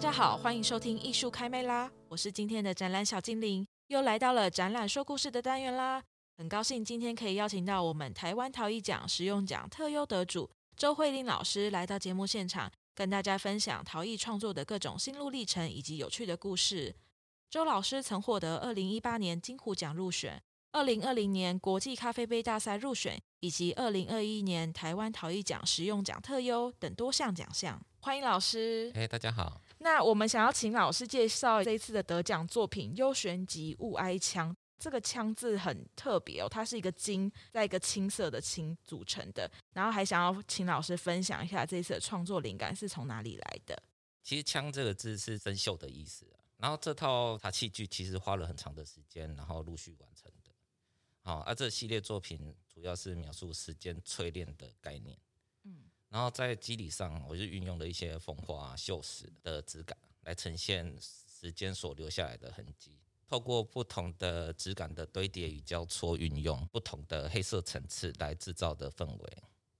家好，欢迎收听艺术开麦啦！我是今天的展览小精灵，又来到了展览说故事的单元啦。很高兴今天可以邀请到我们台湾陶艺奖实用奖特优得主周慧玲老师来到节目现场，跟大家分享陶艺创作的各种心路历程以及有趣的故事。周老师曾获得二零一八年金虎奖入选、二零二零年国际咖啡杯大赛入选，以及二零二一年台湾陶艺奖实用奖特优等多项奖项。欢迎老师。哎、大家好。那我们想要请老师介绍这一次的得奖作品《优选集物哀枪》。这个“枪”字很特别哦，它是一个金，在一个青色的青组成的。然后还想要请老师分享一下这一次的创作灵感是从哪里来的。其实“枪”这个字是生锈的意思、啊，然后这套茶器具其实花了很长的时间，然后陆续完成的。好、啊，这系列作品主要是描述时间淬炼的概念。嗯然后在肌理上，我就运用了一些风化、锈蚀的质感来呈现时间所留下来的痕迹。透过不同的质感的堆叠与交错，运用不同的黑色层次来制造的氛围，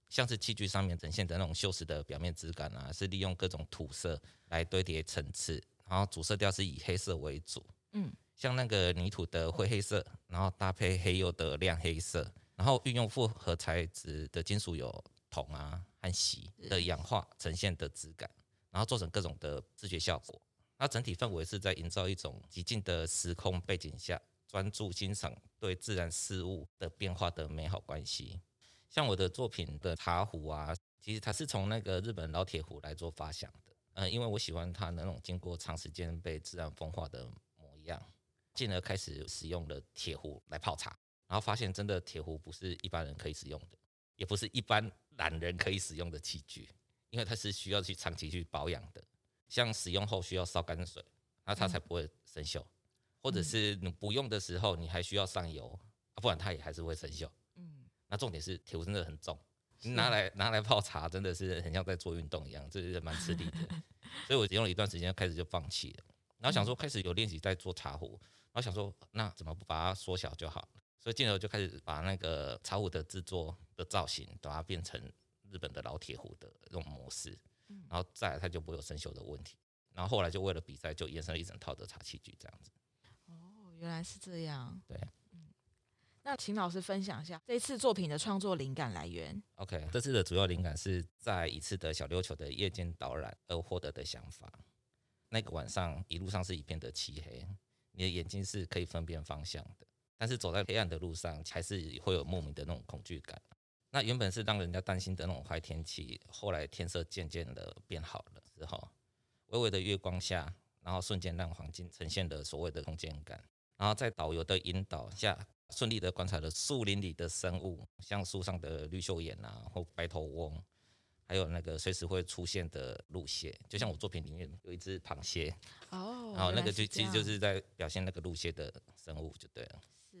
像是器具上面呈现的那种锈蚀的表面质感啊，是利用各种土色来堆叠层次，然后主色调是以黑色为主，嗯，像那个泥土的灰黑色，然后搭配黑釉的亮黑色，然后运用复合材质的金属有铜啊和锡的氧化呈现的质感，然后做成各种的视觉效果。那整体氛围是在营造一种极尽的时空背景下，专注欣赏对自然事物的变化的美好关系。像我的作品的茶壶啊，其实它是从那个日本老铁壶来做发想的。嗯，因为我喜欢它那种经过长时间被自然风化的模样，进而开始使用了铁壶来泡茶，然后发现真的铁壶不是一般人可以使用的，也不是一般懒人可以使用的器具，因为它是需要去长期去保养的，像使用后需要烧干水，那它才不会生锈，或者是你不用的时候你还需要上油，啊、不然它也还是会生锈。嗯，那重点是铁壶真的很重，你拿来拿来泡茶真的是很像在做运动一样，这是蛮吃力的。所以我用了一段时间，开始就放弃了。然后想说开始有练习在做茶壶，然后想说那怎么不把它缩小就好了？所以进而就开始把那个茶壶的制作的造型，把它变成日本的老铁壶的那种模式，然后再来它就不会有生锈的问题。然后后来就为了比赛，就延伸了一整套的茶器具这样子。哦，原来是这样。对嗯那请老师分享一下这次作品的创作灵感来源。 OK，这次的主要灵感是在一次的小琉球的夜间导览而获得的想法。那个晚上一路上是一片的漆黑，你的眼睛是可以分辨方向的，但是走在黑暗的路上，还是会有莫名的那种恐惧感。那原本是让人家担心的那种坏天气，后来天色渐渐的变好了之后，微微的月光下，然后瞬间让黄金呈现了所谓的空间感。然后在导游的引导下，顺利的观察了树林里的生物，像树上的绿袖眼啊，或白头翁，还有那个随时会出现的鹿蟹，就像我作品里面有一只螃蟹，哦然后那个就原来这其实样就是在表现那个鹿蟹的生物就对了。是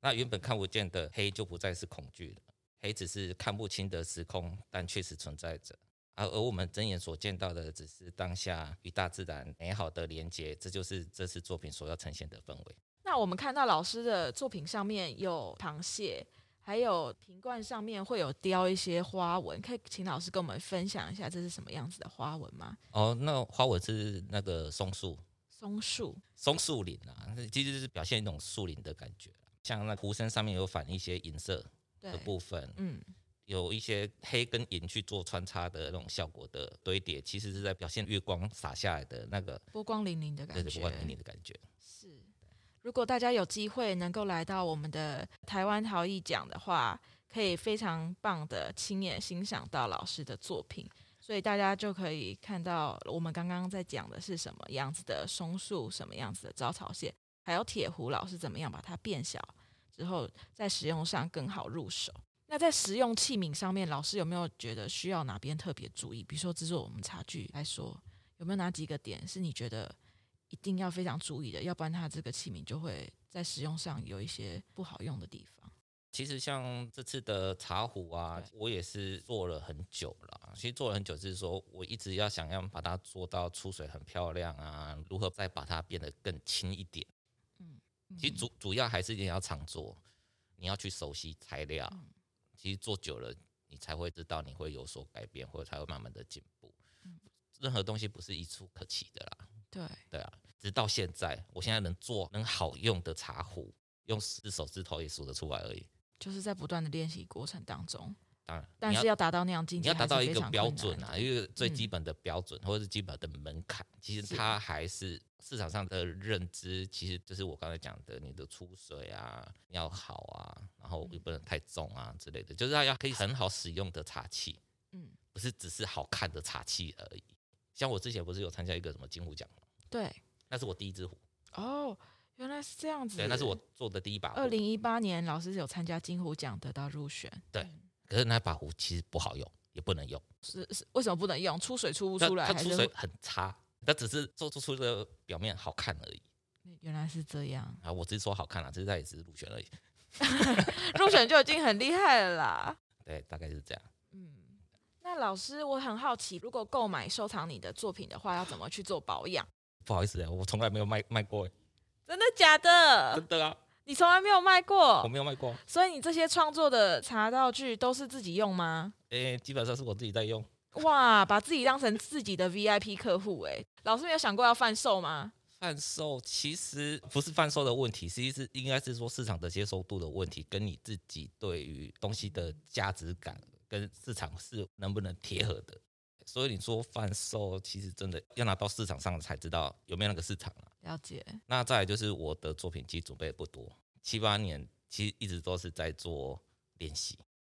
那原本看不见的黑就不再是恐惧了，黑只是看不清的时空，但确实存在着。而而我们睁眼所见到的，只是当下与大自然美好的连接，这就是这次作品所要呈现的氛围。那我们看到老师的作品上面有螃蟹，还有瓶罐上面会有雕一些花纹，可以请老师跟我们分享一下这是什么样子的花纹吗？哦，那花纹是那个松树，松树，松树林啊，其实就是表现一种树林的感觉啦。像那壶身上面有反一些银色的对，部分，嗯，有一些黑跟银去做穿插的那种效果的堆叠，其实是在表现月光洒下来的那个波光粼粼的对感对觉，波光粼粼的感觉。是。如果大家有机会能够来到我们的台湾陶艺奖的话，可以非常棒的亲眼欣赏到老师的作品，所以大家就可以看到我们刚刚在讲的是什么样子的松树，什么样子的招潮蟹，还有铁壶老师怎么样把它变小，之后在使用上更好入手。那在食用器皿上面，老师有没有觉得需要哪边特别注意？比如说制作我们茶具来说，有没有哪几个点是你觉得一定要非常注意的，要不然它这个器皿就会在使用上有一些不好用的地方。其实像这次的茶壶啊，我也是做了很久了。其实做了很久，就是说我一直要想要把它做到出水很漂亮啊，如何再把它变得更轻一点。其实嗯主主要还是你要常做，你要去熟悉材料。嗯嗯其实做久了，你才会知道你会有所改变，或者才会慢慢的进步。任何东西不是一触可及的啦。对，对啊，直到现在，我现在能做能好用的茶壶，用四手指头也数得出来而已。就是在不断的练习过程当中，当然，但你要是要达到那样境你界，要达到一个标准啊。啊，一个最嗯基本的标准、或者是基本的门槛，其实是它还是市场上的认知，其实就是我刚才讲的，你的出水啊你要好啊，然后嗯又不能太重啊之类的，就是它要可以很好使用的茶器，嗯，不是只是好看的茶器而已。像我之前不是有参加一个什么金虎奖吗，对，那是我第一支壶，哦，原来是这样子。对，那是我做的第一把二壶，零一八年老师有参加金虎奖得到入选，可是那把壶其实不好用，也不能用。是是为什么不能用？出水出不它出来？它还出是水会很差，它只是做出出的表面好看而已原来是这 样，啊。我只是说好看啦，只是它也只是入选而已。入选就已经很厉害了啦。对，大概是这样。嗯，那老师，我很好奇，如果购买收藏你的作品的话，要怎么去做保养？不好意思、欸，我从来没有卖卖过、欸，真的假的真？的 啊，你从来没有卖我过，没有卖过。啊所以你这些创作的茶道具都是自己用吗？诶、基本上是我自己在用，哇，把自己当成自己的 VIP 客户哎、老师没有想过要贩售吗？贩售其实不是贩售的问题，其实是应该是说市场的接受度的问题，跟你自己对于东西的价值感跟市场是能不能贴合的。所以你说贩售，其实真的要拿到市场上才知道有没有那个市场啊。了解，那再来就是我的作品集准备不多，七八年其实一直都是在做练习，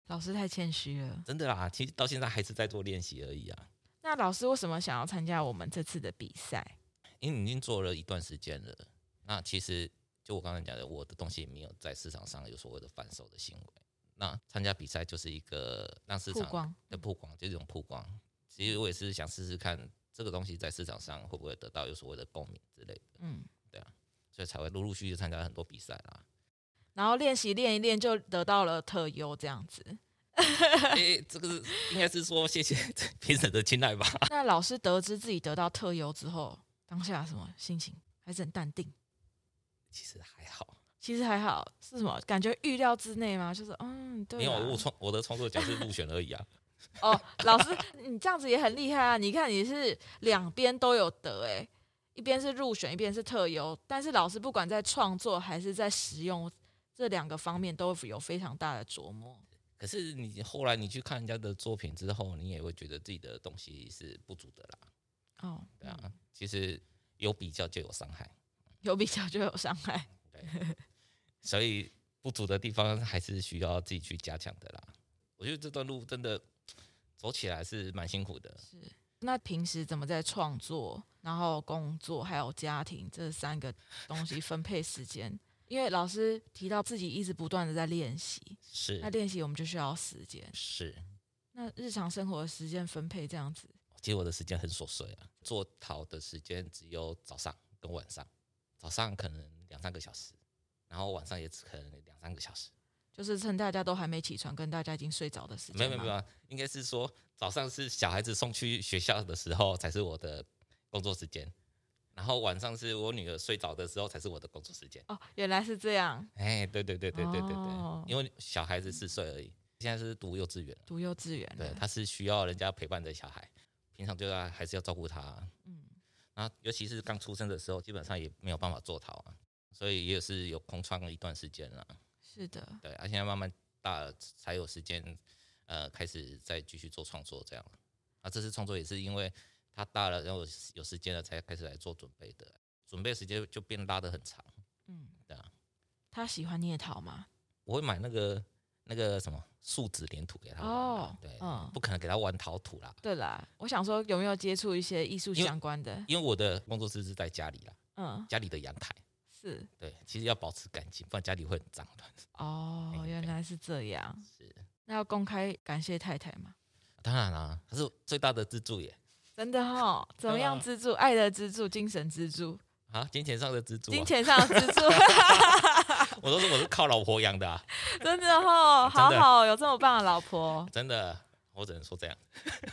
老师太谦虚了。真的啦，其实到现在还是在做练习而已啊。那老师为什么想要参加我们这次的比赛？因为你已经做了一段时间了，那其实就我刚才讲的，我的东西也没有在市场上有所谓的贩售的行为。那参加比赛就是一个让市曝场光的曝光，就是一种曝光。其实我也是想试试看这个东西在市场上会不会得到有所谓的共鸣之类的，嗯，所以才会陆陆续续参加很多比赛啦。 然后练习练一练就得到了特优这样 子。诶、这个是应该是说谢谢 评审的青睐吧。那老师得知自己得到特优之后，当下什么心情？还是很淡定。其实还好，其实还好，是什么感觉预料之内吗？就是嗯，对没啦，有我创我的创作奖是入选而已啊。哦，老师，你这样子也很厉害啊！你看你是两边都有得、欸，一边是入选，一边是特优，但是老师不管在创作还是在实用这两个方面都有非常大的琢磨。可是你后来你去看人家的作品之后，你也会觉得自己的东西是不足的啦。哦，对啊，其实有比较就有伤害，有比较就有伤害。所以不足的地方还是需要自己去加强的啦。我觉得这段路真的走起来是蛮辛苦的。那平时怎么在创作，然后工作还有家庭这三个东西分配时间？因为老师提到自己一直不断的在练习，是那练习我们就需要时间。是，那日常生活的时间分配这样子，其实我的时间很琐碎啊，做陶的时间只有早上跟晚上，早上可能两三个小时，然后晚上也只可能两三个小时。就是趁大家都还没起床，跟大家已经睡着的时间。没有没有没，有，应该是说早上是小孩子送去学校的时候才是我的工作时间，然后晚上是我女儿睡着的时候才是我的工作时间。哦，原来是这样。哎，对对对对对对对，哦因为小孩子四岁而已，现在是读幼稚园了，读幼稚园对，了，他是需要人家陪伴的小孩，平常就要还是要照顾他。嗯，然后尤其是刚出生的时候，基本上也没有办法做陶啊，所以也是有空窗了一段时间啊了。是的。对，而、啊、现在慢慢大了才有时间，呃，开始再继续做创作这样。啊，这次创作也是因为他大了，然后有时有时间了才开始来做准备的，准备时间就变拉得很长。嗯，对啊，他喜欢捏陶吗？我会买那个那个什么树脂粘土给他玩啊、哦对，嗯不可能给他玩陶土啦，对啦，我想说有没有接触一些艺术因为相关的？因为我的工作室是在家里啦，嗯，家里的阳台。是对，其实要保持干净，不然家里会很脏乱。哦，哎原对来是这样。是，那要公开感谢太太吗？当然啦，他是最大的支柱耶，真的哈、哦，怎么 样资助？爱的支柱，精神支柱，啊，金钱上的支柱、啊金，钱上的支柱，我都说我是靠老婆养的、啊。 真的哈、哦，好哎真的好，有这么棒的老婆，真的，我只能说这样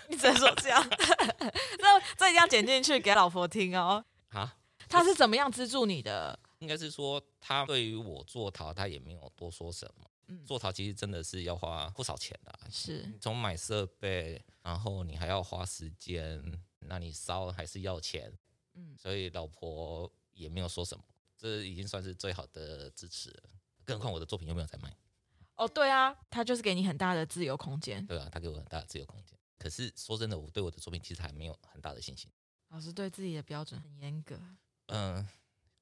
你只能说这样， 这这一定要剪进去给老婆听哦。啊。他是怎么样资助你的？应该是说，他对于我做陶，他也没有多说什么。嗯做陶其实真的是要花不少钱的啊、是从买设备，然后你还要花时间，那你烧还是要钱，嗯，所以老婆也没有说什么，这已经算是最好的支持了。更何况我的作品又没有在卖，哦，对啊，他就是给你很大的自由空间。对吧、他给我很大的自由空间。可是说真的，我对我的作品其实还没有很大的信心。老师对自己的标准很严格，嗯，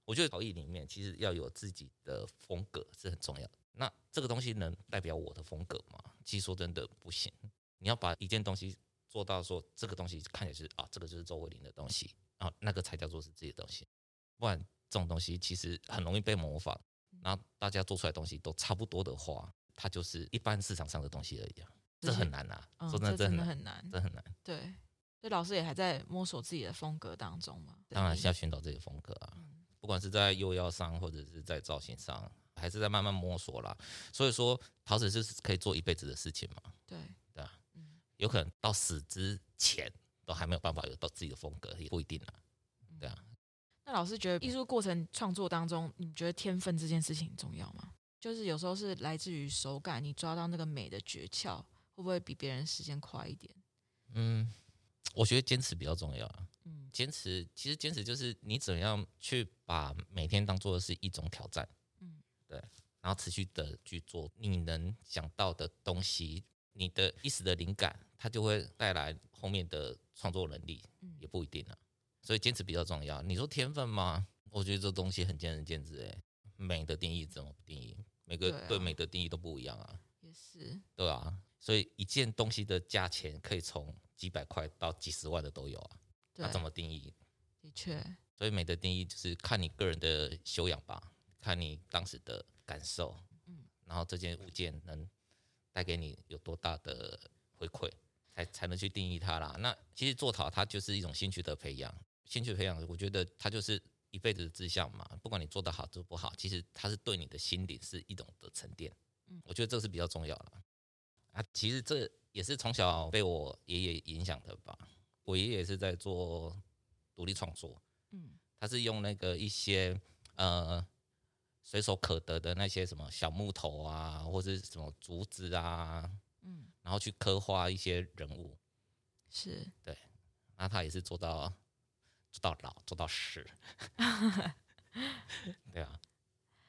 我觉得陶艺里面其实要有自己的风格是很重要的。那这个东西能代表我的风格吗？其实说真的不行。你要把一件东西做到说这个东西看起来、就是啊，这个就是周慧玲的东西啊，那个才叫做是自己的东西。不然这种东西其实很容易被模仿，嗯然后大家做出来的东西都差不多的话，它就是一般市场上的东西而已啊。这就是很难啊，嗯，说真的，这真的很难，很难。这很难。对，所以老师也还在摸索自己的风格当中嘛。当然对是要寻找自己的风格啊，不管是在幼腰上，或者是在造型上，还是在慢慢摸索啦。所以说，陶瓷是可以做一辈子的事情嘛，对，对啊嗯，有可能到死之前都还没有办法有到自己的风格，也不一定啊。对啊，那老师觉得艺术过程创作当中，你觉得天分这件事情重要吗？就是有时候是来自于手感，你抓到那个美的诀窍，会不会比别人时间快一点？嗯，我觉得坚持比较重要啊。嗯坚持其实坚持就是你怎样去把每天当做是一种挑战，嗯嗯，对，然后持续的去做你能想到的东西，你的一时的灵感，它就会带来后面的创作能力，嗯也不一定啊。所以坚持比较重要。你说天分吗？我觉得这东西很见仁见智诶、欸美的定义怎么定义？每个对啊对美的定义都不一样啊。也是，对啊，所以一件东西的价钱可以从几百块到几十万的都有啊。对那，怎么定义？的确，所以美的定义就是看你个人的修养吧，看你当时的感受，嗯然后这件物件能带给你有多大的回馈，才才能去定义它啦。那其实做陶它就是一种兴趣的培养，兴趣培养，我觉得它就是一辈子的志向嘛。不管你做得好做不好，其实它是对你的心灵是一种的沉淀。嗯我觉得这是比较重要了。啊，其实这也是从小被我爷爷影响的吧。我爷爷是在做独立创作，嗯他是用那个一些呃随手可得的那些什么小木头啊，或是什么竹子啊，嗯，然后去刻画一些人物。是那他也是做到做到老，做到死。 对啊，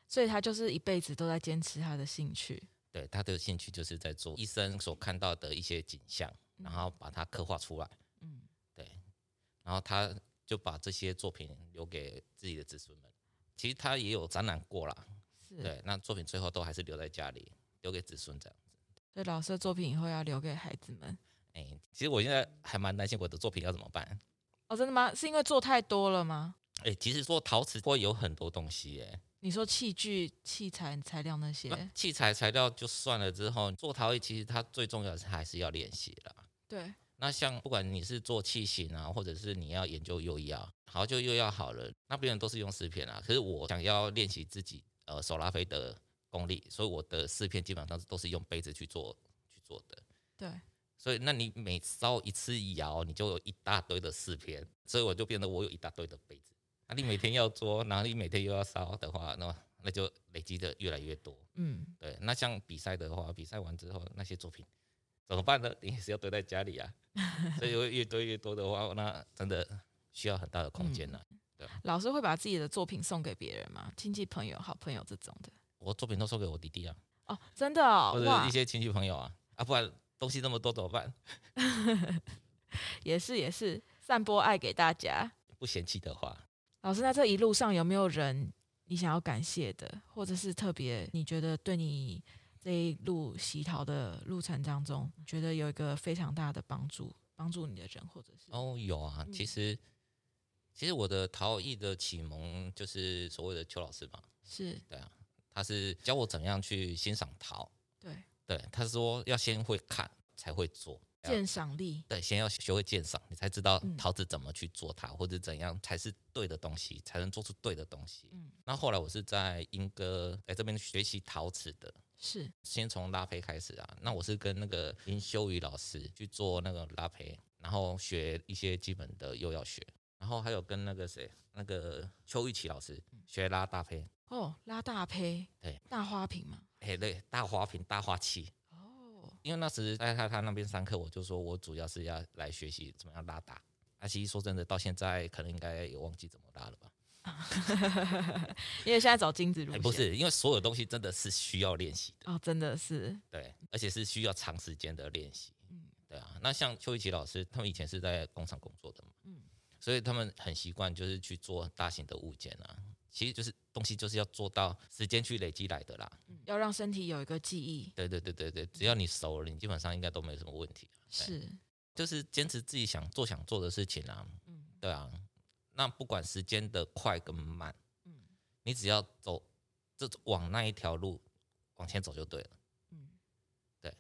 所以他就是一辈子都在坚持他的兴趣。对他的兴趣就是在做医生所看到的一些景象，然后把它刻画出来。嗯，然后他就把这些作品留给自己的子孙们。其实他也有展览过啦，是。嗯对，那作品最后都还是留在家里，留给子孙这样。所以老师的作品以后要留给孩子们。哎、其实我现在还蛮担心我的作品要怎么办。哦，真的吗？是因为做太多了吗？哎、其实做陶瓷会有很多东西、欸，你说器具、器材、材料那些，那器材材料就算了，之后做陶艺其实它最重要的是还是要练习啦。对，那像不管你是做器型啊，或者是你要研究釉药，好就釉药好了，那别人都是用四片啊，可是我想要练习自己呃手拉胚的功力，所以我的四片基本上都是用杯子去做去做的。对，所以，那你每烧一次窑，你就有一大堆的四片，所以我就变得我有一大堆的杯子。那你每天要做，然后你每天又要烧的话，那那就累积的越来越多。嗯，对，那像比赛的话，比赛完之后那些作品怎么办呢？你也是要堆在家里啊， 所以会越堆越多的话，那真的需要很大的空间呢、老师会把自己的作品送给别人吗？亲戚、朋友、好朋友这种的？我作品都送给我弟弟啊，哦，真的哦或，者哇一，些亲戚朋友啊，啊，不然东西那么多怎么办？也是也是，散播爱给大家。不嫌弃的话，老师，那这一路上有没有人你想要感谢的，或者是特别你觉得对你这一路洗陶的路程当中，你觉得有一个非常大的帮助，帮助你的人，或者是哦，有啊，嗯其实、其实我的陶艺的启蒙就是所谓的邱老师嘛，是对啊，他是教我怎样去欣赏陶，对对，他说要先会看才会做，对啊鉴赏力，对，先要学会鉴赏，你才知道嗯桃子怎么去做它，或者怎样才是对的东西，才能做出对的东西。嗯那后来我是在英哥来这边学习陶瓷的，是先从拉胚开始啊。那我是跟那个林修宇老师去做那个拉胚，然后学一些基本的釉药学，然后还有跟那个谁，那个邱玉琪老师学拉大胚，哦，拉大胚，对，大花瓶嘛，哎，对，大花瓶、大花器。哦，因为那时在他他那边上课，我就说我主要是要来学习怎么样拉大。啊啊，其实说真的，到现在可能应该也忘记怎么拉了吧？因为现在走金子路哎、线，不是，因为所有东西真的是需要练习的，哦，真的是对，而且是需要长时间的练习。嗯对啊。那像邱玉琪老师，他们以前是在工厂工作的嘛，嗯所以他们很习惯就是去做大型的物件啊，其实就是东西就是要做到时间去累积来的啦。要让身体有一个记忆，对对对对对，只要你熟了，你基本上应该都没什么问题。是就是坚持自己想做想做的事情啊，嗯对啊，那不管时间的快跟慢，嗯你只要走这往那一条路往前走就对了。嗯，对。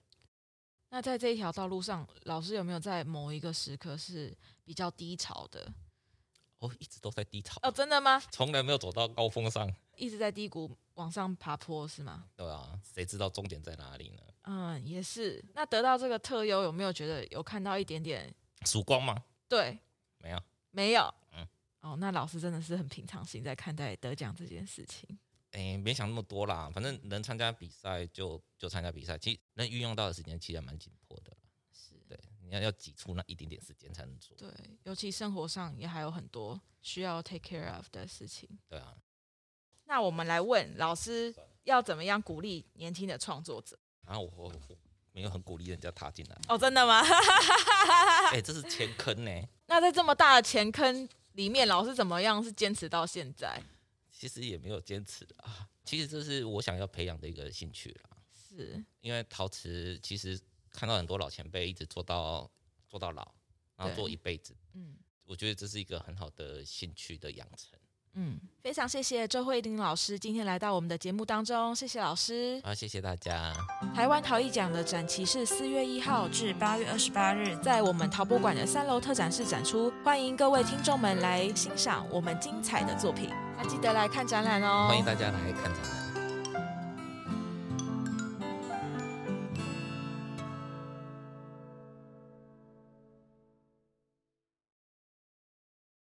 那在这一条道路上，老师有没有在某一个时刻是比较低潮的？我、一直都在低潮，哦，真的吗？从来没有走到高峰上。一直在低谷往上爬坡是吗？对啊，谁知道终点在哪里呢？嗯，也是。那得到这个特优，有没有觉得有看到一点点？曙光吗？对，没有，没有。嗯哦，那老师真的是很平常心在看待得奖这件事情。哎，别想那么多啦，反正能参加比赛就就参加比赛，其实能运用到的时间其实还蛮紧迫的啦。是对，你要要挤出那一点点时间才能做。对，尤其生活上也还有很多需要 take care of 的事情。对啊，那我们来问老师，要怎么样鼓励年轻的创作者？然后我我我没有很鼓励人家踏 进来，哦，真的吗？哎、这是前坑呢、那在这么大的前坑里面，老师怎么样是坚持到现在？其实也没有坚持啊。其实这是我想要培养的一个兴趣啦，是，因为陶瓷其实看到很多老前辈一直做到做到老，然后对做一辈子，嗯我觉得这是一个很好的兴趣的养成。嗯，非常谢谢周慧玲老师今天来到我们的节目当中，谢谢老师。啊，谢谢大家。台湾陶艺奖的展期是四月一号至八月二十八日，在我们陶博馆的三楼特展室展出，欢迎各位听众们来欣赏我们精彩的作品。那记得来看展览哦。欢迎大家来看展览。